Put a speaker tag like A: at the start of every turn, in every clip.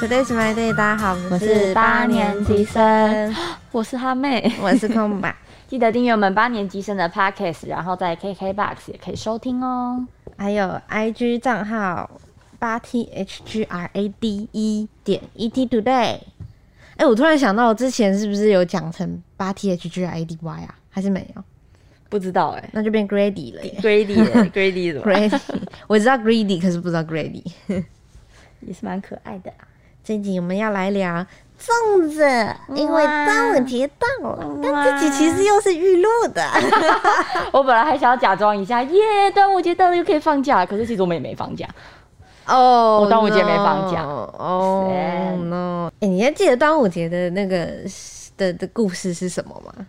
A: Today is my day，大家好，
B: 我是八年级生， 我是哈妹，
A: 我是空吧。
B: 记得订阅我们八年级生的 Podcast，然后在 KKBox 也可以收听哦。
A: 还有 IG 账号八 t h g r a d 一点 e t today。哎、我突然想到，我之前是不是有讲成八 t h g r a d y 啊？还是没有？
B: 不知道 哎、
A: 那就变 Grady 了 耶。
B: Grady 耶 Grady 怎
A: Grady，我知 道 Greedy，可是不知道 Grady。
B: 也是蛮可爱的啊。
A: 这一集我们要来聊粽子，因为
B: 哇
A: 端午节到了，
B: 哇
A: 但这集其实又是预录的。
B: 我本来还想要假装一下，耶，端午节到了又可以放假了，可是其实我们也没放假。
A: 哦、
B: 我端午节没放假
A: no 哦、
B: Sad
A: no！哎、你还记得端午节的那个的的故事是什么吗？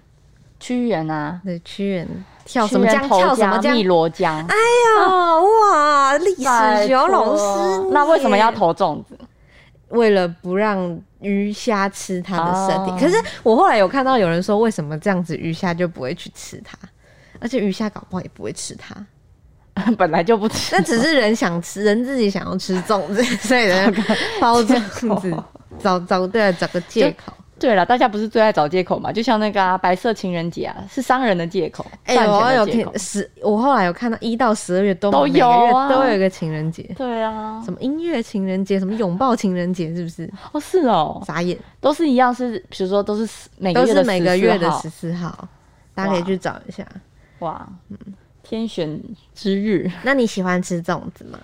B: 屈原啊，
A: 对，屈原跳
B: 屈
A: 什么
B: 原
A: 江，
B: 投
A: 跳什么江
B: 江汨？罗江。
A: 哎呦，哇！历史小老
B: 拜
A: 师
B: 托
A: 你，
B: 那为什么要？投粽子？
A: 为了不让鱼虾吃它的身体。
B: 哦
A: 可是我后来有看到有人说，为什么这样子鱼虾就不会去吃它？而且鱼虾搞不好也不会吃它，
B: 本来就不 吃
A: 那。只是人想吃，人自己想要吃粽子，所以人 家包粽子
B: 借口，
A: 找找对了，啊找个借口。
B: 对了，大家不是最爱找借口嘛？就像那个、啊、白色情人节啊，是商人的借口，
A: 哎、
B: 赚
A: 我
B: 钱
A: 有
B: 的借
A: 听
B: 口。
A: 十，我后来有看到一到十二月都
B: 都
A: 每个月
B: 有啊
A: 都有一个情人节，
B: 对啊，
A: 什么音乐情人节，什么拥抱情人节，是不是？
B: 哦是哦，
A: 傻眼，
B: 都是一样是，比如说都是每个
A: 都
B: 月的
A: 是每个月的
B: 14号
A: 十四号，大家可以去找一下。
B: 哇，天选之日
A: 那你喜欢吃粽子吗？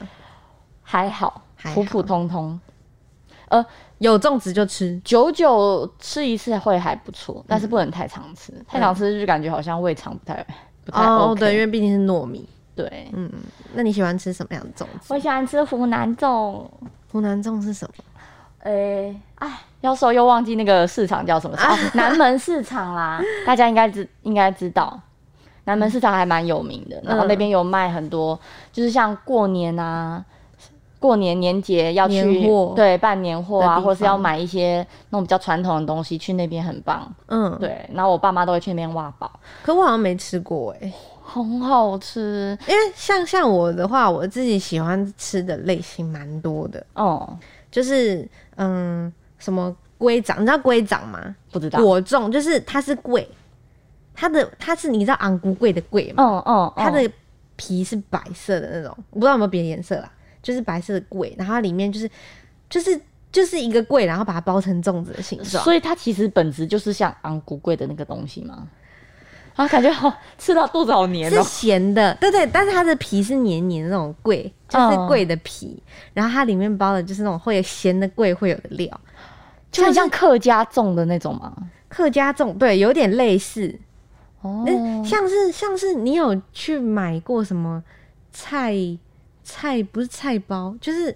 B: 还好，
A: 还好
B: 普普通通，
A: 有粽子就吃，
B: 久久吃一次会还不错，但是不能太常吃，太常吃就感觉好像胃肠不太不太 OK，、
A: 嗯哦对，因为毕竟是糯米。
B: 对
A: 嗯，那你喜欢吃什么样的粽子？
B: 我喜欢吃湖南粽，
A: 湖南粽是什么？
B: 诶，哎，要说又忘记那个市场叫什么
A: 啊
B: 市场、哦南门市 场啦，大家应该知应该知道。南门市场还蛮有名
A: 嗯
B: 的，然后那边有卖很多，就是像过年啊，过年年节要去
A: 年货
B: 对办年货
A: 的地
B: 啊，
A: 方
B: 或是要买一些那种比较传统的东西，去那边很棒。
A: 嗯，
B: 对，然后我爸妈都会去那边挖宝，
A: 可我好像没吃过哎、
B: 很好吃
A: 因为像像我的话，我自己喜欢吃的类型蛮多的。
B: 哦、
A: 就是嗯，什么龟掌，你知道龟掌吗？
B: 不知道，
A: 果粽就是它是桂，它的它是你知道昂菇桂的桂吗？
B: 嗯嗯，
A: 它的皮是白色的那种，我不知道有没有别的颜色啦，就是白色的桂，然后它里面就是就是就是一个桂，然后把它包成粽子的形状。
B: 所以它其实本质就是像昂古贵的那个东西嘛。啊，感觉好吃到肚子好黏
A: 是
B: 哦。
A: 咸的，对对，但是它的皮是黏黏的那种桂，就是
B: 嗯
A: 桂的皮，然后它里面包的就是那种会有咸的桂会有的料，
B: 就很像客家粽的那种嘛。
A: 客家粽对，有点类似，
B: 哦，
A: 嗯，像是像是你有去买过什么菜菜不是菜包，就是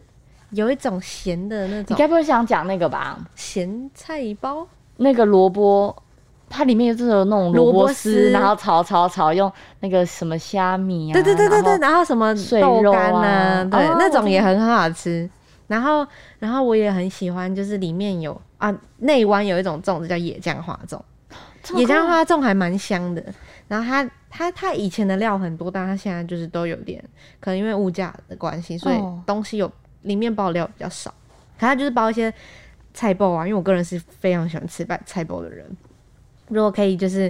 A: 有一种咸的那
B: 你
A: 种
B: 该不会想讲那个吧？
A: 咸菜包，
B: 那个萝卜，它里面就是有那种萝
A: 萝
B: 卜
A: 卜
B: 丝，
A: 丝
B: 然后炒炒炒，用那个什么虾米啊，
A: 对对对对对，
B: 然后
A: 然后什么
B: 碎
A: 豆
B: 肉
A: 干
B: 啊
A: 对，
B: 哦
A: 那
B: 我
A: 种
B: 知
A: 也很好吃。然后然后我也很喜欢，就是里面有啊内湾有一种粽子叫野姜花粽，
B: 这啊么
A: 野姜
B: 酷哦
A: 花粽还蛮香的。然后它它它以前的料很多，但它现在就是都有点，可能因为物价的关系，所以
B: 哦
A: 东西有里面包的料比较少。可它就是包一些菜包啊，因为我个人是非常喜欢吃菜菜包的人。如果可以，就是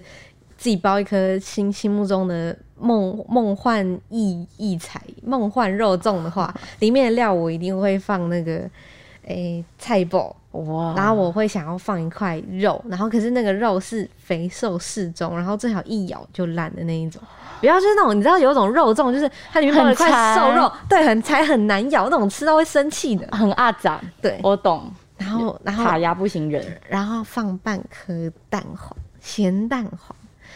A: 自己包一颗心心目中的梦梦幻异异彩梦幻肉粽的话，里面的料我一定会放那个诶、菜包。
B: 哇，
A: 然后我会想要放一块肉，然后可是那个肉是肥瘦适中，然后最好一咬就烂的那一种，不要就是那种你知道有一种肉粽，就是它里面包了一块
B: 很柴
A: 瘦肉，对，很柴很难咬，那种吃到会生气的。
B: 很阿展，
A: 对，
B: 我懂，
A: 然后然
B: 卡
A: 后
B: 牙不行人，
A: 然后放半颗蛋黄，咸蛋黄，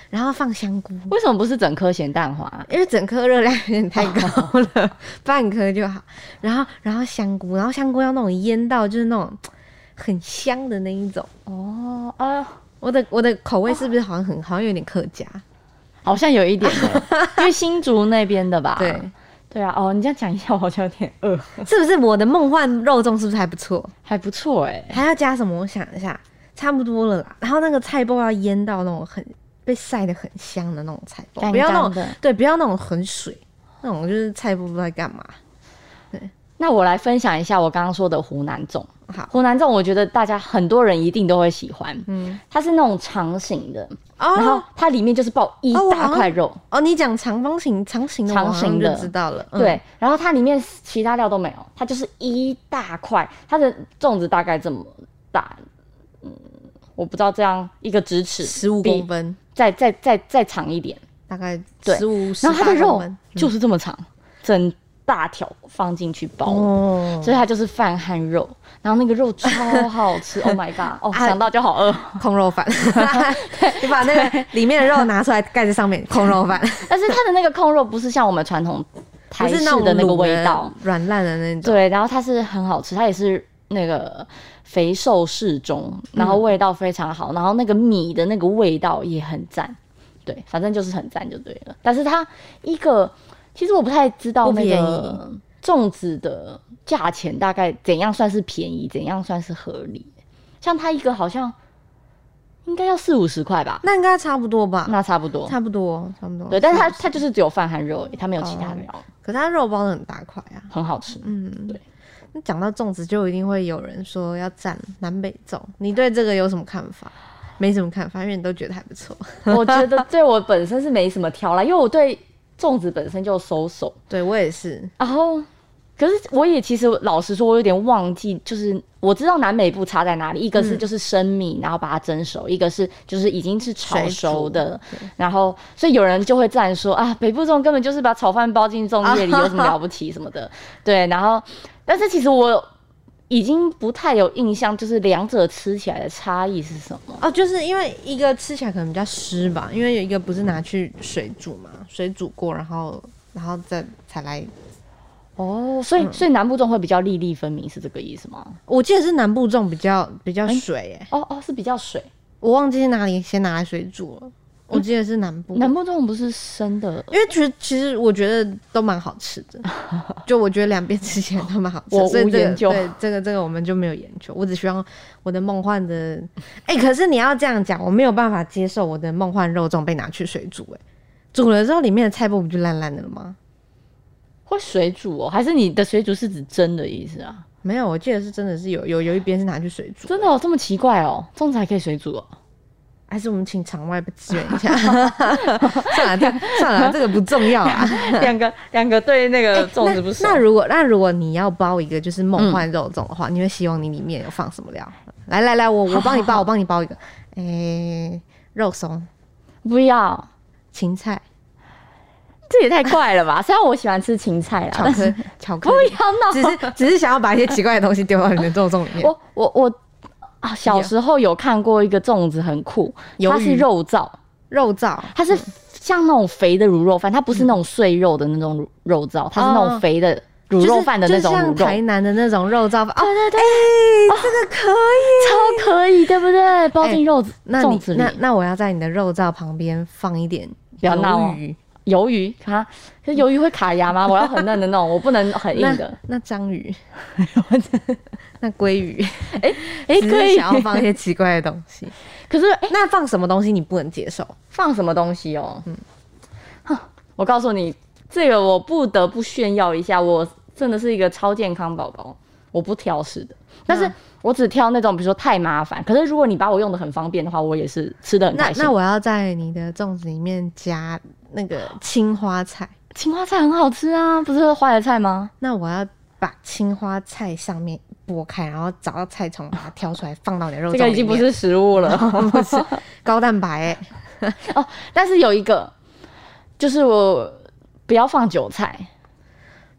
A: 然后放香菇，
B: 为什么不是整颗咸蛋黄？
A: 因为整颗热量有点太高了， 半颗就好。然后然后香菇，然后香菇要那种腌到就是那种很香的那一种。
B: 哦，啊，
A: 我的我的口味是不是好像很好像有点客家？
B: 好像有一点 呢，因为新竹那边的吧？
A: 对，
B: 对啊，哦，你这样讲一下，我好像有点饿，
A: 是不是我的梦幻肉粽是不是还不错？
B: 还不错哎、
A: 还要加什么？我想一下，差不多了啦。然后那个菜包要腌到那种很被晒得很香的那种菜包，
B: 干
A: 不要那
B: 干的
A: 种对，不要那种很水，那种就是菜包不知道在干嘛。
B: 那我来分享一下我刚刚说的湖南粽。
A: 好
B: 湖南粽我觉得大家很多人一定都会喜欢，
A: 嗯，
B: 它是那种长形的，然后
A: 哦
B: 它里面就是包一
A: 哦我好
B: 大
A: 像
B: 块肉，
A: 哦，你讲长方形，长形的，
B: 长
A: 我好像
B: 形的
A: 就知道了。嗯，
B: 对，然后它里面其他料都没有，它就是一大块，它的粽子大概这么大，嗯，我不知道这样一个直尺，
A: 十五
B: 比
A: 公分，
B: 再再再再长一点，
A: 大概
B: 对
A: 十五，
B: 然后它
A: 18
B: 的
A: 公
B: 肉
A: 分嗯
B: 就是这么长，整大条放进去包。
A: 哦，
B: 所以它就是饭和肉，然后那个肉超好吃，Oh my god！哦，
A: 啊
B: 想到就好饿。
A: 空肉饭，你把那个里面的肉拿出来盖在上 面，空肉饭，
B: 但是它的那个控肉不是像我们传统台
A: 不
B: 式
A: 是那种
B: 的那个
A: 卤
B: 味道，、
A: 软烂的那种。
B: 对，然后它是很好吃，它也是那个肥瘦适中，然
A: 嗯
B: 后味道非常好，然后那个米的那个味道也很赞，对，反正就是很赞就对了。但是它一个，其实我不太知道
A: 不
B: 那
A: 便
B: 个粽子的价钱大概怎样算是便宜，怎样算是合理。像它一个好像应该要四五十块吧，
A: 那应该差不多吧？
B: 那差不多。
A: 差不多，差不多。嗯
B: 对，但是它它就是只有饭和肉而已，它没有其他
A: 哦
B: 料，
A: 可是它肉包的很大块啊。
B: 很好吃。
A: 嗯，
B: 对。
A: 那讲到粽子，就一定会有人说要蘸南北粽，你对这个有什么看法？没什么看法，因为你都觉得还不 错。
B: 我觉得对我本身是没什么挑啦，因为我对粽子本身就收手。
A: 对我也是，
B: 然后，可是我也其实老实说，我有点忘记，就是我知道南北部差在哪里，一个是就是生米，然后把它蒸熟；一个是就是已经是炒熟的。然后，所以有人就会赞说啊，北部粽根本就是把炒饭包进粽叶里，有什么了不起什么的。对，然后，但是其实我已经不太有印象，就是两者吃起来的差异是什么。
A: 哦，就是因为一个吃起来可能比较湿吧，因为有一个不是拿去水煮嘛，水煮过，然后然后再才来。
B: 哦，所以、所以南部粽会比较粒粒分明，是这个意思吗？
A: 我记得是南部粽比较比较水、欸，
B: 哦哦，是比较水。
A: 我忘记是哪里先拿来水煮了，我记得是南部。
B: 嗯南部粽不是生的，
A: 因为其实其实我觉得都蛮好吃 的，就我觉得两边吃起来都蛮好吃，
B: 我
A: 所以
B: 无
A: 这个
B: 研究
A: 对这个这个我们就没有研究，我只希望我的梦幻的，哎、可是你要这样讲，我没有办法接受我的梦幻肉粽被拿去水煮、哎，煮了之后里面的菜脯不就烂烂的了吗？
B: 会水煮哦，还是你的水煮是指蒸的意思啊？
A: 没有，我记得是真的是有有有一边是拿去水煮，
B: 真的哦，这么奇怪哦，粽子还可以水煮 哦。
A: 还是我们请场外支援一下？ 算了，这样算了，这个不重要啊。
B: 两个两个对哎那个粽子不熟
A: 哎
B: 嗯
A: 那。那如果那如果你要包一个就是梦幻肉粽的话，你会希望你里面有放什么料？来来来，我我帮你 包，我帮你包一个，诶、肉松、
B: 不要，
A: 芹 菜、
B: 这也太怪了吧！虽 然我喜欢吃芹菜啦，
A: 巧
B: 但是
A: 克力、巧克
B: 不
A: 力，
B: 要闹。
A: 只是只是想要把一些奇怪的东西丢到你的肉粽里面。
B: 我我我啊，小时候有看过一个粽子很酷，
A: 鱿
B: 它
A: 鱼
B: 是肉燥，
A: 肉燥
B: 它是像那种肥的卤肉饭，它不是那种碎肉的那种卤肉燥，它是那种肥的卤肉饭的那种
A: 哦就是
B: 卤
A: 就
B: 肉，
A: 像
B: 哎
A: 台南的那种肉燥饭。哦，
B: 对对对，哦
A: 哎这个可以。
B: 超可以，对不对？包进肉子
A: 哎那
B: 粽
A: 你
B: 子里
A: 那，那我要在你的肉燥旁边放一点
B: 不要闹
A: 鱿
B: 哦
A: 鱼，
B: 鱿鱼啊，可是鱿鱼会卡牙吗？我要很嫩的那种，我不能很硬
A: 那
B: 的。
A: 那章 鱼，那鲑鱼，
B: 哎，
A: 只
B: 可
A: 是
B: 以。
A: 想要放一些奇怪的东西。
B: 可是 哎，
A: 那放什么东西你不能接受？
B: 放什么东西哦？嗯，我告诉你，这个我不得不炫耀一下，我真的是一个超健康宝宝，我不挑食的，但是。我只挑那种，比如说太麻烦。可是如果你把我用的很方便的话，我也是吃的很
A: 那
B: 开心。
A: 那我要在你的粽子里面加那个青花菜，
B: 青花菜很好吃啊，不是花椰菜吗？
A: 那我要把青花菜上面剥开，然后找到菜虫把它挑出来放到你的肉粽
B: 这
A: 里
B: 个
A: 面。
B: 已经不是食物了。
A: 不是 高蛋白、欸，
B: 但是有一个，就是我不要放韭菜，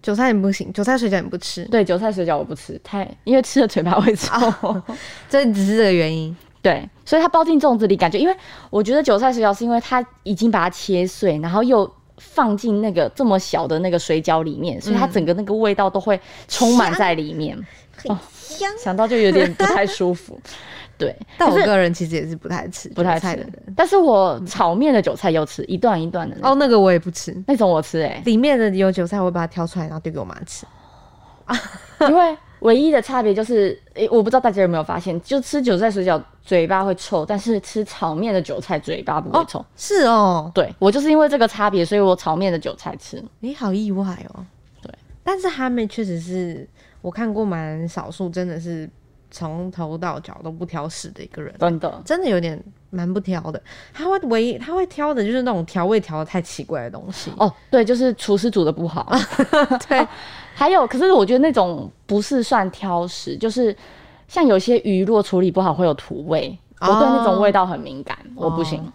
A: 韭菜你不行，韭菜水饺你不吃，
B: 对，韭菜水饺我不吃，太因为吃了嘴巴会臭。
A: 这只是这个原因。
B: 对，所以它包进粽子里，感觉因为我觉得韭菜水饺是因为它已经把它切碎，然后又。放进那个这么小的那个水饺里面，所以它整个那个味道都会充
A: 啊
B: 满在里面。
A: 很香，
B: 想到就有点不太 舒服。对，
A: 哦但我
B: 可是
A: 个人其实也是不太吃
B: 不太
A: 韭菜
B: 吃
A: 的人。
B: 但是我炒面的韭菜又吃一段一段的那种
A: 哦，那个我也不吃，
B: 那种我吃 哎、
A: 里面的有韭菜我会把它挑出来，然后丢给我妈吃。
B: 因为唯一的差别就是，诶、我不知道大家有没有发现，就吃韭菜水饺嘴巴会臭，但是吃炒面的韭菜嘴巴不会臭。
A: 是哦，
B: 对我就是因为这个差别，所以我炒面的韭菜吃。
A: 你好意外哦。
B: 对，
A: 但但是哈妹确实是我看过蛮少数，真的是从头到脚都不挑食的一个人，
B: 真的，
A: 真的有点蛮不挑的。他会唯一他会挑的就是那种调味调的太奇怪的东西。
B: 哦，对，就是厨师煮的 不好，哦
A: 对，
B: 还有，可是我觉得那种不是算挑食，就是像有些鱼若处理不好会有土味，我对那种味道很敏感，我不行，
A: 哦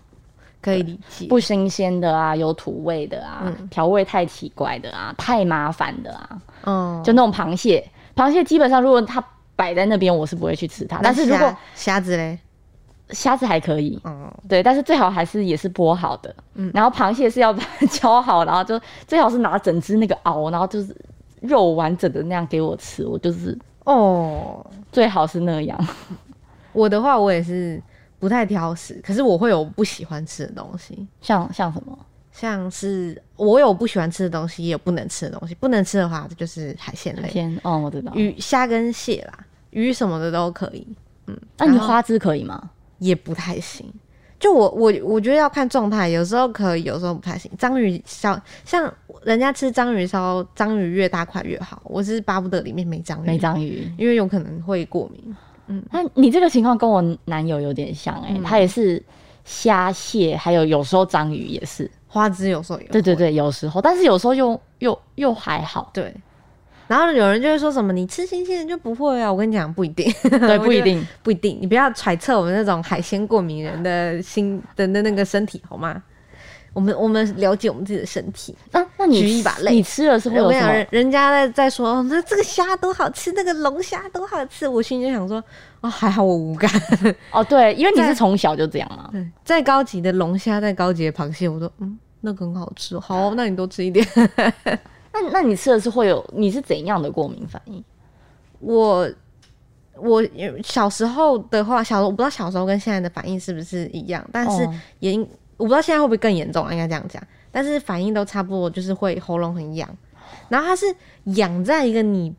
A: 可以理解。
B: 不新鲜的啊，有土味的啊，调、味太奇怪的啊，太麻烦的啊，
A: 嗯，
B: 就那种螃蟹，螃蟹基本上如果它摆在那边，我是不会去吃它，但是如
A: 那
B: 果
A: 虾虾子嘞，
B: 虾子还可以，
A: 嗯，
B: 对，但是最好还是也是剥好的，然后螃蟹是要把它 敲好，然后就最好是拿整只那个熬，然后就是肉完整的那样给我吃，我就是
A: 哦，
B: 最好是那样。
A: 我的话我也是不太挑食，可是我会有不喜欢吃的东西，
B: 像像什么？
A: 像是我有不喜欢吃的东西，也有不能吃的东西。不能吃的话就是海鲜类，
B: 天，哦，我知道。
A: 鱼、虾跟蟹啦，鱼什么的都可以，
B: 那你花枝可以吗？
A: 也不太行。就我我我觉得要看状态，有时候可以，有时候不太行。章鱼烧像人家吃章鱼烧，章鱼越大块越好，我是巴不得里面没章
B: 没
A: 鱼，
B: 章鱼。
A: 因为有可能会过敏。
B: 那你这个情况跟我男友有点像
A: 嗯
B: 哎、他也是虾蟹，还有有时候章鱼也是。
A: 花枝有时候有，。
B: 对对对，有时候，但是有时候又又又还好
A: 对。然后有人就会说什么你吃新鲜的就不会啊？我跟你讲不一定，
B: 对，不一定。
A: 不一定，你不要揣测我们那种海鲜过敏人的心的那那个身体好吗？我们我们了解我们自己的身体。
B: 那那你
A: 举一把泪
B: 你吃了是
A: 我
B: 会
A: 跟你
B: 有什
A: 讲，
B: 么
A: 人？人家在在说哦那这个虾多好吃，那个龙虾多好吃，我心里就想说哦，还好我无感。
B: 哦，对，因为你
A: 在
B: 是从小就这样嘛。
A: 对，再高级的龙虾，再高级的螃蟹，我都嗯，那个很好吃哦，好哦，那你多吃一点。
B: 那那你吃的是会有你是怎样的过敏反应？
A: 我我小时候的话，小我不知道小时候跟现在的反应是不是一样，但是
B: 哦
A: 也应、我不知道现在会不会更严重啊，应该这样讲。但是反应都差不多，就是会喉咙很痒，然后它是痒在一个你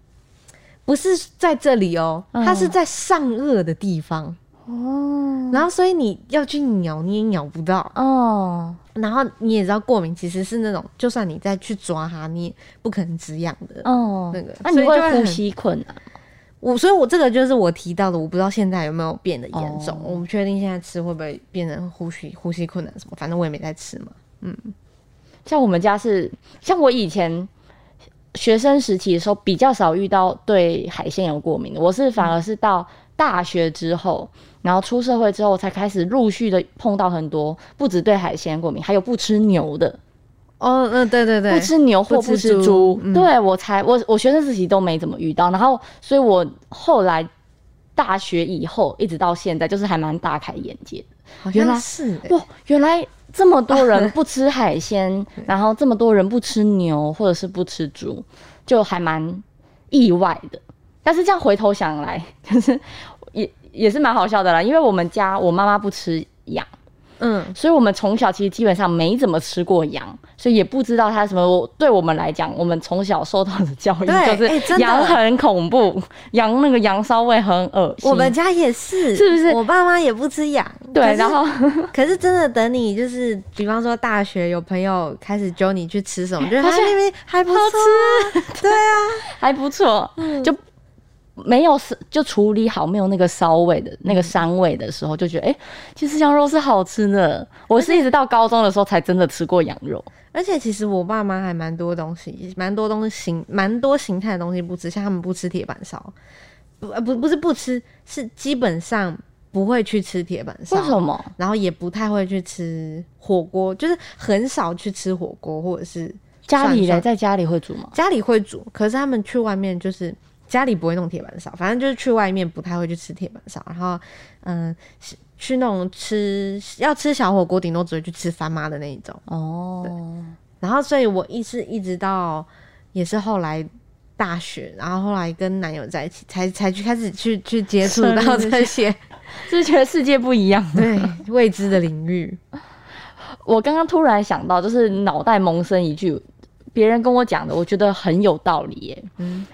A: 不是在这里哦，它是在上颚的地方，
B: 哦
A: 然后所以你要去咬你也咬不到，
B: 哦，
A: 然后你也知道过敏其实是那种，就算你再去抓它，你也不可能止痒的。
B: 哦，
A: 那个
B: 那你
A: 所以就
B: 会
A: 会
B: 呼
A: 很
B: 吸困难？
A: 我所以，我这个就是我提到的，我不知道现在有没有变得严重，
B: 哦
A: 我不确定现在吃会不会变成呼吸呼吸困难什么，反正我也没在吃嘛。
B: 像我们家是，像我以前学生时期的时候，比较少遇到对海鲜有过敏的，我是反
A: 嗯
B: 而是到大学之后，然后出社会之后才开始陆续的碰到很多，不止对海鲜过敏，还有不吃牛的，
A: 哦，嗯，对对
B: 不
A: 对，
B: 吃牛或
A: 不吃
B: 不吃
A: 猪
B: 猪，
A: 嗯
B: 对我才我我学生时期都没怎么遇到，然后所以我后来大学以后一直到现在，就是还蛮大开眼界的。
A: 好
B: 原来
A: 像是、欸、
B: 哇，原来这么 多人不吃海鲜，然后这么多人不吃牛或者是不吃猪，就还蛮意外的。但是这样回头想来， 就是也也是蛮好笑的啦，因为我们家我妈妈不吃羊。
A: 嗯，
B: 所以我们从小其实基本上没怎么吃过羊，所以也不知道它什么。我对我们来讲，我们从小受到的教育
A: 对哎
B: 就是
A: 真的
B: 羊很恐怖，羊那个羊骚味很恶心。
A: 我们家也是，
B: 是不是
A: 我爸妈也不吃羊，可
B: 对，
A: 是
B: 然后
A: 可是真的等你就是，比方说大学有朋友开始揪你去吃什 么，就是他
B: 发现
A: 那边还不错啊，对啊，
B: 还不错，
A: 嗯
B: 就没有是就处理好没有那个骚味的
A: 嗯
B: 那个膻味的时候，就觉得哎、诶其实羊肉是好吃的。我是一直到高中的时候才真的吃过羊肉。
A: 而且其实我爸妈还蛮多东西，蛮多东西形，蛮多形态的东西不吃，像他们不吃铁板烧，不呃不不是不吃，是基本上不会去吃铁板烧
B: 为，什么？
A: 然后也不太会去吃火锅，就是很少去吃火锅，或者是
B: 家里
A: 算
B: 人
A: 了
B: 在家里会煮吗？
A: 家里会煮，可是他们去外面就是。家里不会弄铁板烧，反正就是去外面不太会去吃铁板烧，然后，嗯，是去那种吃要吃小火锅，顶多只会去吃三妈的那一种。
B: 哦，
A: 然后，所以我一直一直到也是后来大学，然后后来跟男友在一起，才才去开始去去接触
B: 深入
A: 到
B: 这
A: 这些
B: 就是觉得世界不一样。
A: 对未知的领域。
B: 我刚刚突然想到，就是脑袋萌生一句，别人跟我讲的，我觉得很有道理耶。嗯，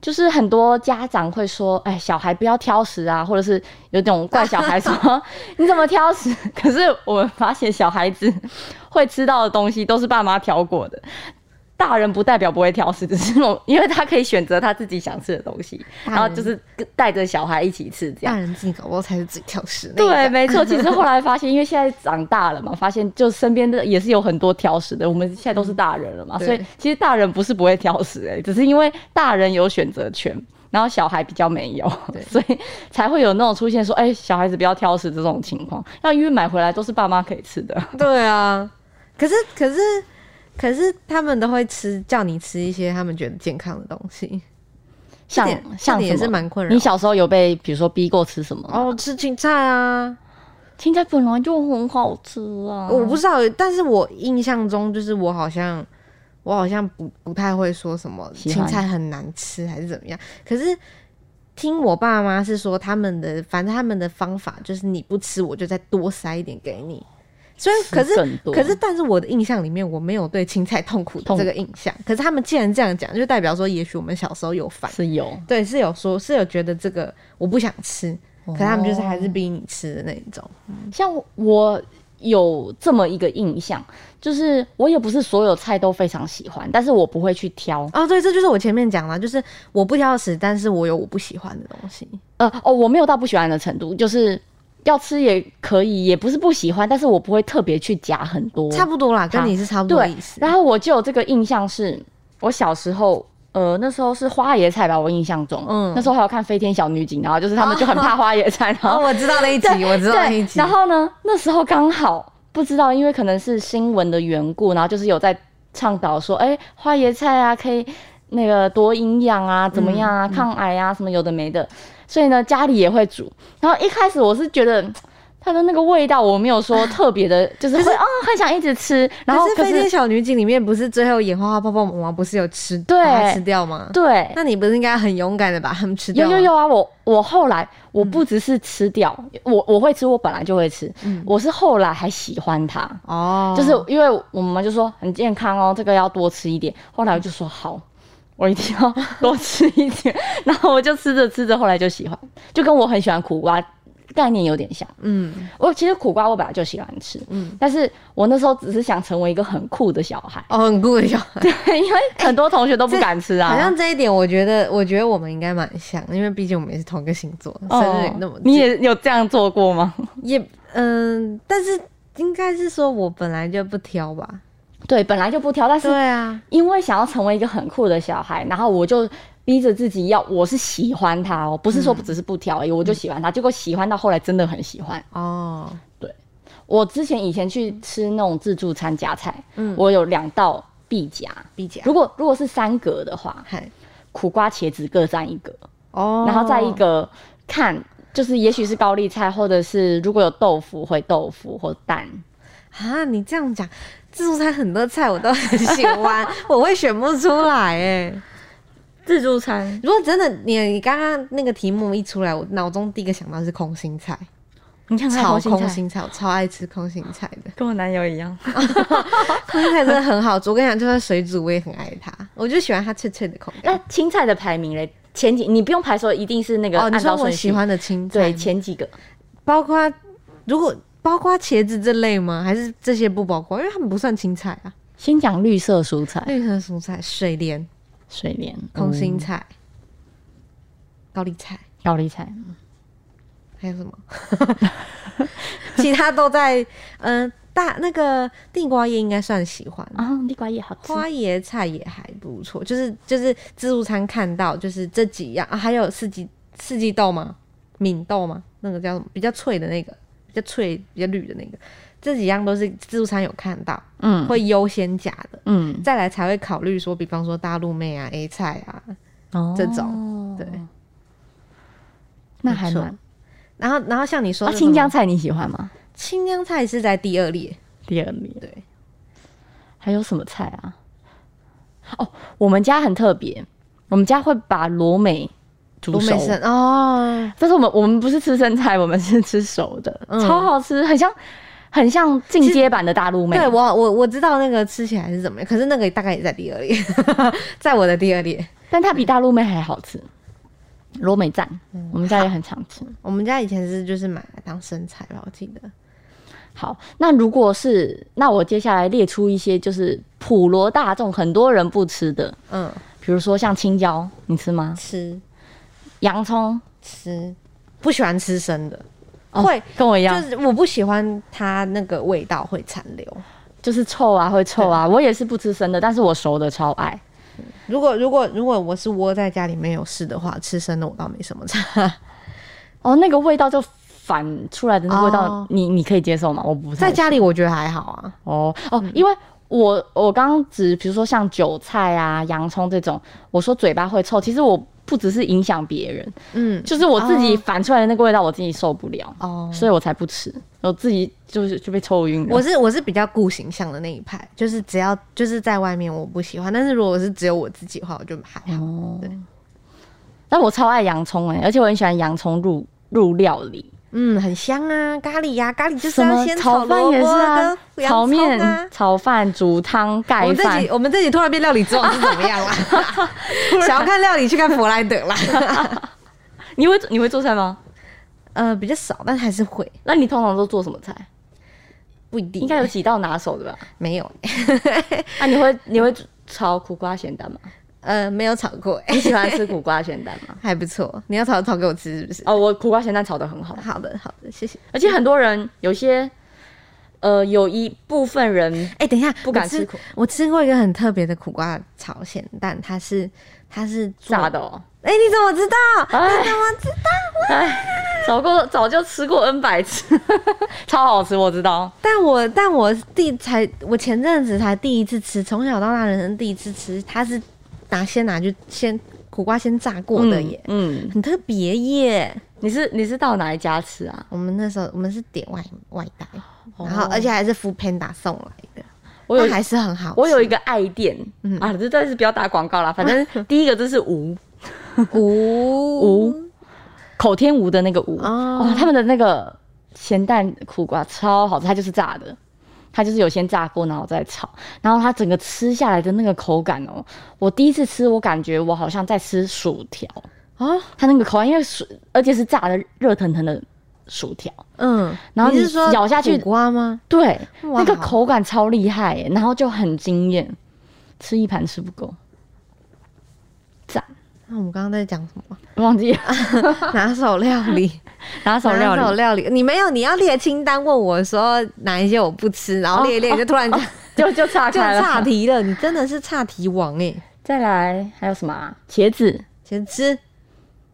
B: 就是很多家长会说，哎，小孩不要挑食啊，或者是有种怪小孩说 你怎么挑食？可是我们发现小孩子会吃到的东西都是爸妈挑过的。大人不代表不会挑食，只是我因为他可以选择他自己想吃的东西，
A: 大
B: 然后
A: 人
B: 就是跟带着小孩一起吃这样
A: 大。人自己搞不好才是自己挑食那一
B: 对，
A: 代
B: 没错。其实后来 发现，因为现在长大了嘛，发现就身边的也是有很多挑食的。我们现在都是大人了嘛，
A: 嗯对
B: 所以其实大人不是不会挑食、欸，只是因为大人有选择权，然后小孩比较没有
A: 对，
B: 所以才会有那种出现说，哎、小孩子不要挑食这种情况。那因为买回来都是爸妈可以吃的，
A: 对啊，可是可是可是他们都会吃，叫你吃一些他们觉得健康的东西，这
B: 像
A: 点这
B: 像
A: 点也
B: 什
A: 是
B: 么？
A: 蛮困扰。
B: 你小时候有被比如说逼过吃什么？哦，
A: 哦，吃青菜啊，
B: 青菜本来就很好吃啊，
A: 我不知道，但是我印象中就是我好像我好像不不太会说什么
B: 喜
A: 青
B: 欢
A: 菜很难吃还是怎么样，可是。听我爸妈是说，他们的反正他们的方法就是你不吃，我就再多塞一点给你。所以，可是
B: 更多
A: 可是，但是我的印象里面，我没有对青菜痛苦的
B: 痛
A: 这个印象。可是他们既然这样讲，就代表说，也许我们小时候有反，
B: 是有。
A: 对，是有说，是有觉得这个我不想吃，
B: 哦
A: 可是他们就是还是逼你吃的那一种。
B: 像我有这么一个印象，就是我也不是所有菜都非常喜欢，但是我不会去挑。
A: 哦，对，这就是我前面讲了，就是我不挑食，但是我有我不喜欢的东西。
B: 呃，哦，我没有到不喜欢的程度，就是要吃也可以，也不是不喜欢，但是我不会特别去夹很多。
A: 差不多啦，跟
B: 好
A: 你是差不多的
B: 对
A: 意，思。
B: 然后我就有这个印象是，我小时候。呃，那时候是花椰菜吧，我印象中，
A: 嗯
B: 嗯，那时候还有看《飞天小女警》，然后就是他们就很怕花椰菜，然后
A: 哦，我知道那一集，我知道那一
B: 对，
A: 集
B: 然。后呢，那时候刚好不知道，因为可能是新闻的缘故，然后就是有在倡导说，哎、花椰菜啊，可以那个多营养啊，怎么样
A: 嗯
B: 啊，抗癌啊，什么有的没的。所以呢，家里也会煮。然后一开始我是觉得。嗯它的那个味道，我没有说特别 的，就是会啊、很想一直吃。然后
A: 可是《
B: 可
A: 飞天
B: 是
A: 小女警》里面不是最后演花花泡泡魔王不是有吃
B: 对
A: 把它吃掉吗？
B: 对，
A: 那你不是应该很勇敢的把它们吃掉
B: 有
A: 吗？
B: 有有啊！我我后来我
A: 嗯
B: 不只是吃掉，我我会吃，我本来就会吃，我是后来还喜欢它。
A: 哦，
B: 就是因为我妈妈就说很健康哦，这个要多吃一点。后来我就说好，我一定要多吃一点。 然后我就吃着吃着，后来就喜欢，就跟我很喜欢苦瓜概念有点像。
A: 嗯
B: 我其实苦瓜我本来就喜欢吃，
A: 嗯
B: 嗯，但是我那时候只是想成为一个很酷的小孩，
A: 哦，很酷的小孩。
B: 因为很多同学都不敢吃啊。
A: 好像这一点，我觉得，我觉得我们应该蛮像，因为毕竟我们也是同一个星座，生日也那么
B: 哦
A: 近、
B: 你也有这样做过吗？
A: 也嗯、但是应该是说我本来就不挑吧。
B: 对，本来就不挑，但是
A: 对啊，
B: 因为想要成为一个很酷的小孩，然后我就逼着自己要，我是喜欢他哦，不是说只是不挑而哎已，我就喜欢他。结果喜欢到后来真的很喜欢。
A: 哦，
B: 我之前以前去吃那种自助餐夹菜，
A: 嗯
B: 我有两道必夹。
A: 毕竟
B: 如果如果是三格的话，
A: 嗨
B: 苦瓜、茄子各占一格，
A: 哦，
B: 然后再一个看，就是也许是高丽菜，或者是如果有豆腐回豆腐或蛋。
A: 啊，你这样讲，自助餐很多菜我都很喜 欢，我会选不出来哎。
B: 自助餐
A: 如果真的你你刚刚那个题目一出来，我脑中第一个想到是空心菜，
B: 你看看
A: 炒
B: 空心
A: 空
B: 菜
A: 心菜，我超爱吃空心菜的。
B: 跟我男友一样。
A: 空心菜真的很好煮，我跟你讲，就算水煮我也很爱它，我就喜欢它脆脆的口感。
B: 那青菜的排名嘞？前几你不用排说一定是那个
A: 哦，你
B: 按
A: 说
B: 照顺
A: 我
B: 序
A: 喜欢的青菜
B: 对
A: 吗，
B: 前几个
A: 包括如果包括茄子这类吗？还是这些不包括？因为它们不算青菜啊，
B: 先讲绿色蔬菜，
A: 绿色蔬菜、水莲、
B: 水莲、
A: 空心
B: 嗯、
A: 菜、高丽菜，
B: 高丽菜，
A: 还有什么？ 其他都在嗯、呃大那个地瓜叶应该算喜欢。
B: 啊，地瓜叶好吃。
A: 花椰菜也还不错，就是就是自助餐看到就是这几样啊，还有四季四季豆吗？敏豆吗？那个叫什么？比较脆的那个，比较脆、比较绿的那个，这几样都是自助餐有看到，
B: 嗯
A: 会优先夹的，
B: 嗯，
A: 再来才会考虑说，比方说大陆妹啊、A 菜啊，
B: 哦
A: 这种对，
B: 那还
A: 没
B: 蛮
A: 错。然后然后像你说
B: 啊，
A: 的
B: 青
A: 什
B: 江
A: 么
B: 菜你喜欢吗？
A: 青江菜是在第二列，
B: 第二名。
A: 对，
B: 还有什么菜啊？哦，我们家很特别，我们家会把罗美煮
A: 卢
B: 熟
A: 美。生哦，
B: 但是我们我们不是吃生菜，我们是吃熟的，
A: 嗯
B: 超好吃，很像很像进阶版的大陆妹。
A: 对我我我知道那个吃起来是怎么样，可是那个大概也在第二列， 在我的第二列。
B: 但它比大陆妹还好吃。罗美
A: 嗯
B: 赞，我们家也很常吃。
A: 我们家以前是就是买来当生菜吧，我记得
B: 好，那如果是那我接下来列出一些就是普罗大众很多人不吃的，
A: 嗯，
B: 比如说像青椒，你吃吗？
A: 吃
B: 洋葱，
A: 吃，不喜欢吃生的，
B: 哦
A: 会
B: 跟我一样，
A: 就是我不喜欢它那个味道会残留。
B: 就是臭啊，会臭啊。我也是不吃生的，但是我熟的超爱。
A: 如果如果如果我是窝在家里面有事的话，吃生的我倒没什么 差。
B: 哦，那个味道就反出来的那个味道，
A: 哦
B: 你你可以接受吗？我不太
A: 在家里我觉得还好啊，
B: 哦哦，因为我我刚刚指，比如说像韭菜啊、洋葱这种，我说嘴巴会臭，其实我不只是影响别人，
A: 嗯，
B: 就是我自己反出来的那个味道，我自己受不了，
A: 哦，
B: 所以我才不吃，我自己就是就被臭晕了。
A: 我是我是比较顾形象的那一派，就是只要就是在外面我不喜欢，但是如果是只有我自己的话，我就还好。
B: 哦
A: 对，
B: 但我超爱洋葱哎、而且我很喜欢洋葱入入料理，
A: 嗯，很香啊，咖喱呀、咖喱就是
B: 什
A: 要
B: 么
A: 先
B: 炒
A: 萝
B: 饭也
A: 卜
B: 是啊
A: 跟，洋
B: 炒
A: 葱啊
B: 面、炒饭、煮汤、
A: 我
B: 盖
A: 们这
B: 饭
A: 集，我们这集突然变料理之王是怎么样 啦？想要看料理去看弗莱德啦。
B: 你会你会做菜吗？
A: 呃，比较少，但还是会，
B: 那你通常都做什么菜？
A: 不一定。
B: 应该有几道拿手的吧？
A: 没有，
B: 那、你会你会炒苦瓜咸蛋吗？
A: 呃，没有炒过、欸，
B: 你喜欢吃苦瓜咸蛋吗？
A: 还不错。你要炒炒给我吃是不是？
B: 哦，我苦瓜咸蛋炒得很好，
A: 好的，好的，谢谢。
B: 而且很多人有些，呃，有一部分人
A: 哎、等一下，
B: 不敢
A: 我
B: 吃苦
A: 我吃过一个很特别的苦瓜炒咸蛋，它是它是做
B: 炸。的哦，
A: 哎、你怎么知道？
B: 哎
A: 你怎么知道？
B: 早过早就吃过 N 百次， 超好吃，我知道。
A: 但我但我第才我前阵子才第一次吃，从小到大人生第一次吃，它是拿先拿去先苦瓜先炸过的耶，
B: 嗯，嗯，
A: 很特别耶。
B: 你是你是到哪一家吃啊？
A: 我们那时候我们是点外外带，
B: 哦
A: 然后而且还是 f o o Panda 送来的，
B: 我有
A: 但还是很好吃。 嗯
B: 我有一个爱店，啊，这但是不要打广告啦，反正第一个就是吴
A: 无
B: 吴口天吴的那个吴
A: 哦
B: 哦，他们的那个咸蛋苦瓜超好吃，它就是炸的，它就是有先炸过，然后再炒，然后它整个吃下来的那个口感哦，我第一次吃，我感觉我好像在吃薯条，
A: 哦，
B: 它那个口感，因为薯而且是炸的热腾腾的薯条，
A: 嗯，
B: 然后
A: 你
B: 你
A: 是说
B: 咬下去
A: 苦瓜吗？
B: 对，
A: 哇
B: 那个口感超厉害耶，然后就很惊艳，吃一盘吃不够，赞，
A: 那我们刚刚在讲什么？
B: 忘记了
A: 拿手料理，
B: 拿手料理
A: 啊拿手。料理，你没有，你要列清单问我说哪一些我不吃，然后列一列，就突然就、
B: 就就岔
A: 就
B: 哦开了，
A: 岔题了，你真的是岔题王哎、
B: 再来还有什么、啊？茄子、
A: 先吃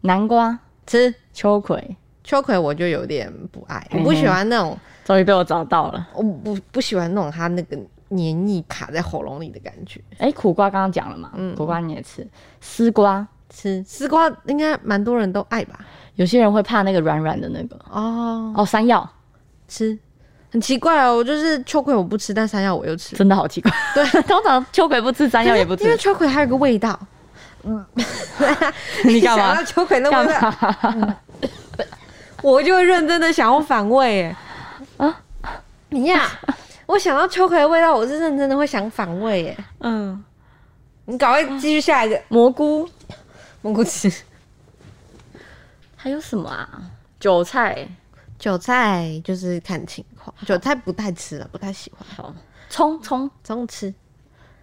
B: 南瓜、
A: 吃
B: 秋葵，
A: 秋葵，我就有点不爱，我
B: 嗯
A: 不喜欢那种，
B: 终于被我找到了。
A: 我不不喜欢那种它那个黏腻卡在喉咙里的感觉。
B: 哎、苦瓜刚刚讲了嘛，苦瓜你也吃，丝瓜，
A: 吃丝瓜应该蛮多人都爱吧？
B: 有些人会怕那个软软的那个。
A: 哦，
B: 哦，山药
A: 吃很奇怪哦，我就是秋葵我不吃，但山药我又吃。
B: 真的好奇怪，
A: 对，
B: 通常秋葵不吃，山药也不
A: 因为
B: 吃，嗯
A: 秋葵还有个味道。
B: 你干
A: 想
B: 嘛
A: 到？秋葵那
B: 干
A: 味道，
B: 嘛？
A: 我就会认真的想要反胃哎。
B: 啊
A: 你 呀，我想到秋葵的味道，我是认真的会想反胃哎。
B: 嗯，
A: 你赶快继续下一个
B: 蘑菇
A: 蘑菇吃。
B: 还有什么啊？韭菜，
A: 韭菜就是看情况，韭菜不太吃了，不太喜欢，
B: 好，葱葱
A: 中吃。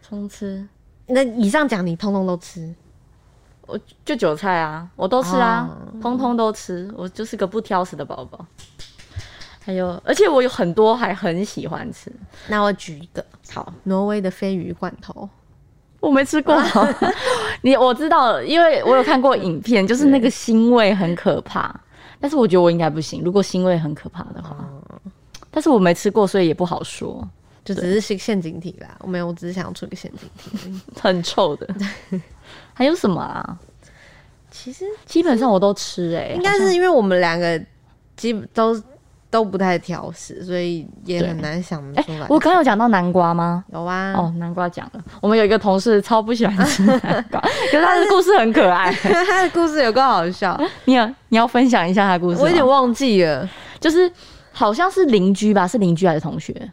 B: 葱吃，
A: 那以上讲你通通都吃，
B: 我就韭菜啊，我都吃啊，
A: 哦
B: 通通都吃，我就是个不挑食的宝宝。还有，而且我有很多还很喜欢吃。
A: 那我举一个
B: 好，
A: 挪威的鲱鱼罐头，
B: 我没吃
A: 啊
B: 过。 你我知道了，因为我有看过影片，就是那个腥味很可怕。但是我觉得我应该不行，如果腥味很可怕的话。
A: 哦
B: 但是我没吃过，所以也不好说，
A: 就只是陷陷阱题啦。我没有，我只是想要出一个陷阱题。
B: 很 臭的。还有什么啊？
A: 其实
B: 基本上我都吃哎、欸，
A: 应该是因为我们两个基本都都不太挑食，所以也
B: 对
A: 很难想得
B: 哎、
A: 出来。
B: 我刚刚有讲到南瓜吗？
A: 有啊，
B: 哦，南瓜讲了，我们有一个同事超不喜欢吃南 瓜，可是他的故事很可爱。
A: 他的 故事有够好笑，
B: 你有你要分享一下他的 故事吗？
A: 我有点忘记了，
B: 就是好像是邻居吧，是邻居还是同 学？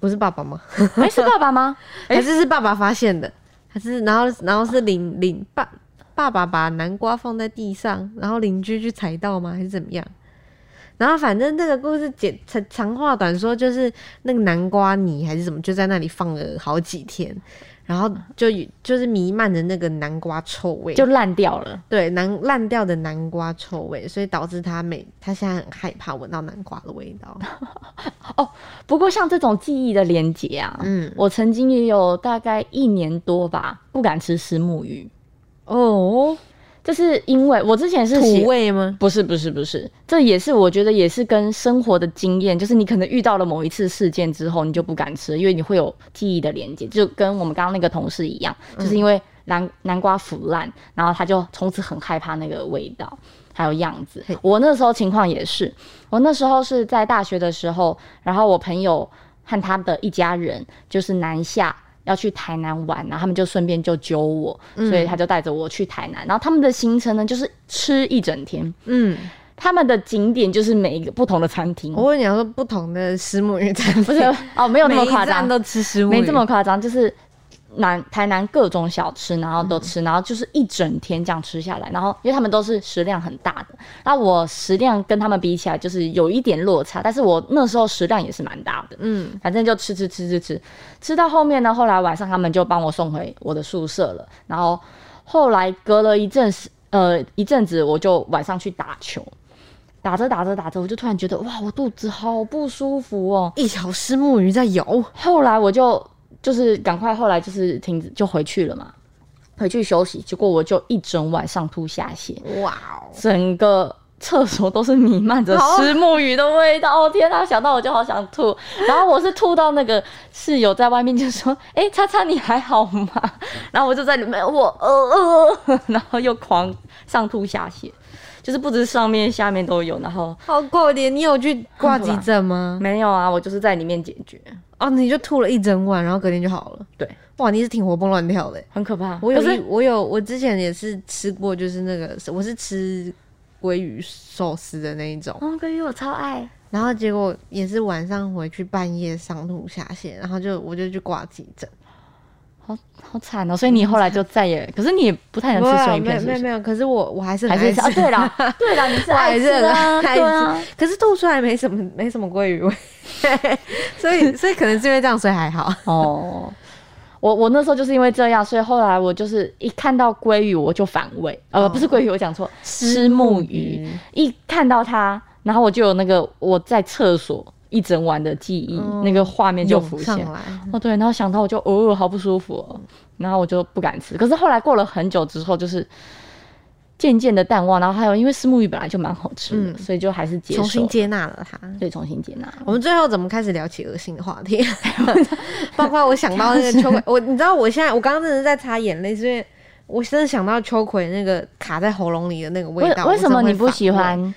A: 不是爸爸吗？
B: 哎、是爸爸吗？
A: 还是是爸爸发现的？还是然后然后是邻邻爸爸爸把南瓜放在地上，然后邻居去踩到吗？还是怎么样？然后反正这个故事简长长话短说，就是那个南瓜泥还是什么，就在那里放了好几天，然后就就是弥漫着那个南瓜臭味，
B: 就烂掉了。
A: 对南烂掉的南瓜臭味，所以导致他每他现在很害怕闻到南瓜的味道。
B: 不过像这种记忆的连结啊，
A: 嗯，
B: 我曾经也有大概一年多吧，不敢吃石目鱼，
A: 哦，
B: 这是因为我之前是喜
A: 土味吗？
B: 不是不是不是，这也是我觉得也是跟生活的经验，就是你可能遇到了某一次事件之后，你就不敢吃，因为你会有记忆的连接，就跟我们刚刚那个同事一样，就是因为南南瓜腐烂，然后他就从此很害怕那个味道。还有样子
A: 嘿，
B: 我那时候情况也是，我那时候是在大学的时候，然后我朋友和他的一家人就是南下要去台南玩，然后他们就顺便就揪我，所以他就带着我去台南，然后他们的行程呢就是吃一整天，
A: 嗯，
B: 他们的景点就是每一个不同的餐厅，
A: 我问你说不同的石母鱼餐厅，
B: 嗯不是 哦，没有那么夸张
A: 每一站，都吃石母鱼，
B: 没这么夸张，就是南台南各种小吃，然后都
A: 嗯
B: 吃，然后就是一整天这样吃下来，然后因为他们都是食量很大的，那我食量跟他们比起来就是有一点落差，但是我那时候食量也是蛮大的，
A: 嗯。
B: 反正就吃吃吃吃吃，吃到后面呢，后来晚上他们就帮我送回我的宿舍了。然后后来隔了一阵时，呃，一阵子我就晚上去打球，打着打着打着，我就突然觉得哇，我肚子好不舒服哦。
A: 一条石目鱼在游，
B: 后来我就就是赶快，后来就是停止就回去了嘛，回去休息。结果我就一整晚上吐下泻，
A: 哇哦！
B: 整个厕所都是弥漫着
A: 好
B: 石木鱼的味道。哦天啊，想到我就好想吐。然后我是吐到那个室友在外面就说：“哎、叉叉你还好吗？”然后我就在里面我呃呃，然后又狂上吐下泻，就是不止上面下面都有。然后
A: 好可怜，你有去挂急诊吗？
B: 没有啊，我就是在里面解决，
A: 哦，你就吐了一整晚，然后隔天就好了。
B: 对，
A: 哇，你是挺活蹦乱跳的欸。
B: 很可怕。
A: 我有
B: 可
A: 一
B: 是
A: 我有我之前也是吃过，就是那个我是吃鲑鱼寿司的那一种，
B: 黄鲑鱼我超爱。
A: 然后结果也是晚上回去半夜上吐下泻，然后就我就去挂急诊。
B: 好好惨哦！所以你后来就再也，可是你也不太能吃生鱼
A: 没
B: 片，
A: 有没
B: 是不
A: 有
B: 是？
A: 没有，可是我我还是很
B: 还
A: 爱
B: 是
A: 吃
B: 啊，对啦，对啦，你是爱
A: 还
B: 吃
A: 是很
B: 啊，
A: 爱
B: 对啊
A: 吃，，可是吐出来没什么没什么鲑鱼味， 所以所以可能是因为这样，所以还 好。
B: 哦，我我那时候就是因为这样，所以后来我就是一看到鲑鱼我就反胃，呃，
A: 哦
B: 不是鲑鱼，我讲错，
A: 虱
B: 虱
A: 目
B: 目
A: 鱼
B: 鱼。一看到它，然后我就有那个我在厕所一整晚的记忆，
A: 嗯
B: 那个画面就
A: 涌
B: 浮
A: 上
B: 现。
A: 来，
B: 哦，对，然后想到我就哦，好不舒服哦，然后我就不敢吃。可是后来过了很久之后，就是渐渐的淡忘，然后还有因为石目鱼本来就蛮好吃的，
A: 嗯
B: 所以就还是接受
A: 重新接纳了他。
B: 对重新接纳。
A: 我们最后怎么开始聊起恶心的话 题？包括我想到那 个秋葵，我你知道我现在我刚刚真的是在擦眼泪，是因为我真的想到秋葵那个卡在喉咙里的那个味
B: 为
A: 道。
B: 为
A: 我
B: 什
A: 真的
B: 么
A: 会
B: 你不
A: 反
B: 喜
A: 胃？
B: 欢？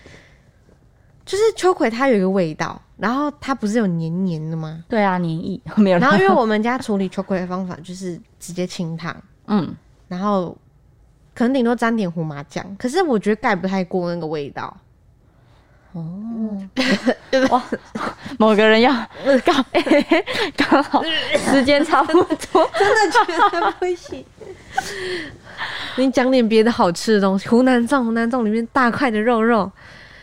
A: 就是秋葵它有一个味道，然后它不是有黏黏的吗？
B: 对啊，黏液 没有啦。
A: 然后因为我们家处理秋葵的方法就是直接清汤，
B: 嗯，
A: 然后可能顶多沾点胡麻酱，可是我觉得盖不太过那个味 道。
B: 某个人要刚哎刚好时间差不多，
A: 真的觉得不行。 你讲点别的好吃的东西，湖南粽，湖南粽里面大块的肉肉。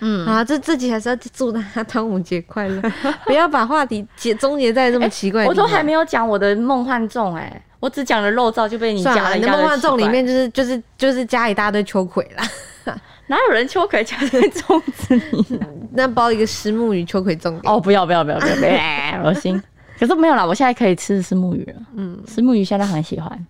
A: 嗯啊，这这集还是要祝大 家端午节快乐，不要把话题结终结在这么奇怪的
B: 哎我
A: 地
B: 都
A: 方、
B: 还没有讲我的梦幻粽哎、我只讲了肉燥就被你
A: 算
B: 讲
A: 了，
B: 了一
A: 你的
B: 大堆
A: 梦幻
B: 奇
A: 粽里
B: 怪
A: 面就是就是就是加一大堆秋葵啦，
B: 哪有人秋葵加在粽子里？
A: 那包一个石目鱼秋葵粽给你
B: 哦，不要不要不要不要，不要恶心。可是没有啦，我现在可以吃石目鱼了。嗯，石目鱼现在很喜欢。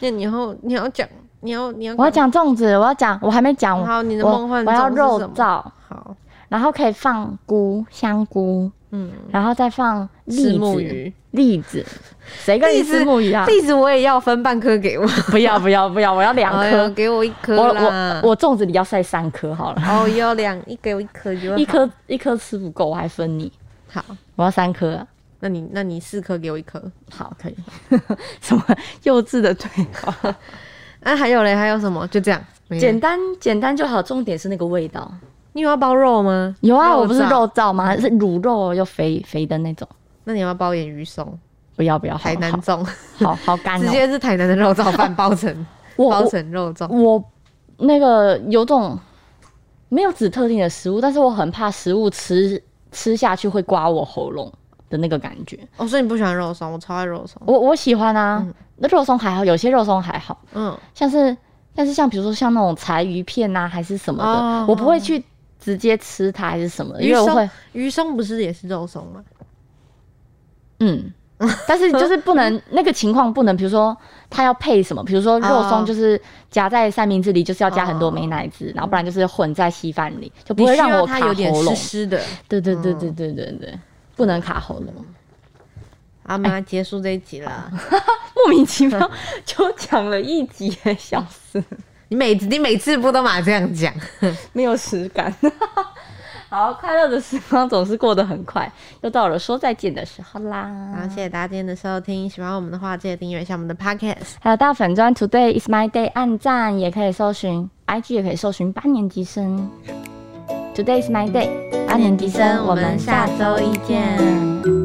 A: 那你以后你要讲，你要你要
B: 我要讲粽子，我要讲，我还没讲。
A: 好你的
B: 我
A: 梦幻
B: 我要
A: 粽是
B: 肉
A: 什么
B: 燥，
A: 好，
B: 然后可以放菇、香菇，
A: 嗯，
B: 然后再放
A: 石
B: 栗
A: 目
B: 子。
A: 鱼，
B: 栗子，谁跟你
A: 栗子
B: 吃木鱼啊？
A: 栗子我也要分半颗给我，
B: 不要不要不要，我要 两
A: 哎呦
B: 颗。
A: 给我一颗
B: 我
A: 啦
B: 我我粽子里要塞三颗好了，
A: 哦，有两一给我一颗就好
B: 一颗一颗吃不够，我还分你。
A: 好，
B: 我要三颗、啊，
A: 那你那你四颗给我一颗。
B: 好可以。 什么幼稚的对 话？
A: 啊，还有嘞，还有什么？就这样，没了
B: 简单简单就好，重点是那个味道。
A: 你有要包肉吗？
B: 有啊，
A: 肉
B: 我不是
A: 燥
B: 肉燥吗？是卤肉哦又肥肥的那种。
A: 那你要不要包点鱼松？
B: 不要不要，好
A: 台南
B: 好
A: 粽，
B: 好好干
A: 直
B: 哦。
A: 接是台南的肉 燥饭包成
B: 我
A: 包
B: 我
A: 成肉粽。
B: 我那个有种没有指特定的食物，但是我很怕食物吃吃下去会刮我喉咙的那个感觉。
A: 哦，所以你不喜欢肉松，我超爱肉松。
B: 我我喜欢啊，那、肉松还好，有些肉松还好，
A: 嗯，
B: 像是但是像比如说像那种柴鱼片呐、还是什么的，
A: 哦
B: 我不会去直接吃它还是什么的，因
A: 鱼
B: 为我
A: 松
B: 会
A: 鱼松不是也是肉松吗？
B: 嗯， 但是就是不能那个情况不能，比如说它要配什么，比如说肉
A: 哦
B: 松就是夹在三明治里，就是要加很多
A: 哦
B: 美乃滋，然后不然就是混在稀饭里，就不
A: 你
B: 会
A: 需
B: 让
A: 要
B: 我
A: 它
B: 卡
A: 有点
B: 喉
A: 湿嗯
B: 咙。
A: 湿的。
B: 对对对对对对对，不能卡喉咙， 哎
A: 好，我们来啊结束这一集啦。
B: 莫名其妙就讲了一集，笑死，
A: 你每次你每次不都嘛这样讲？
B: 没有实感。 好，快乐的时光总是过得很快，又到了说再见的时
A: 好，
B: 候啦。
A: 谢谢大家今天的收听，喜欢我们的话，记得订阅一下我们的 podcast。
B: 还有到粉专 Today is my day 按赞，也可以搜寻 IG，也可以搜寻八年级生。Today is my day，八年级生，我们下周一见。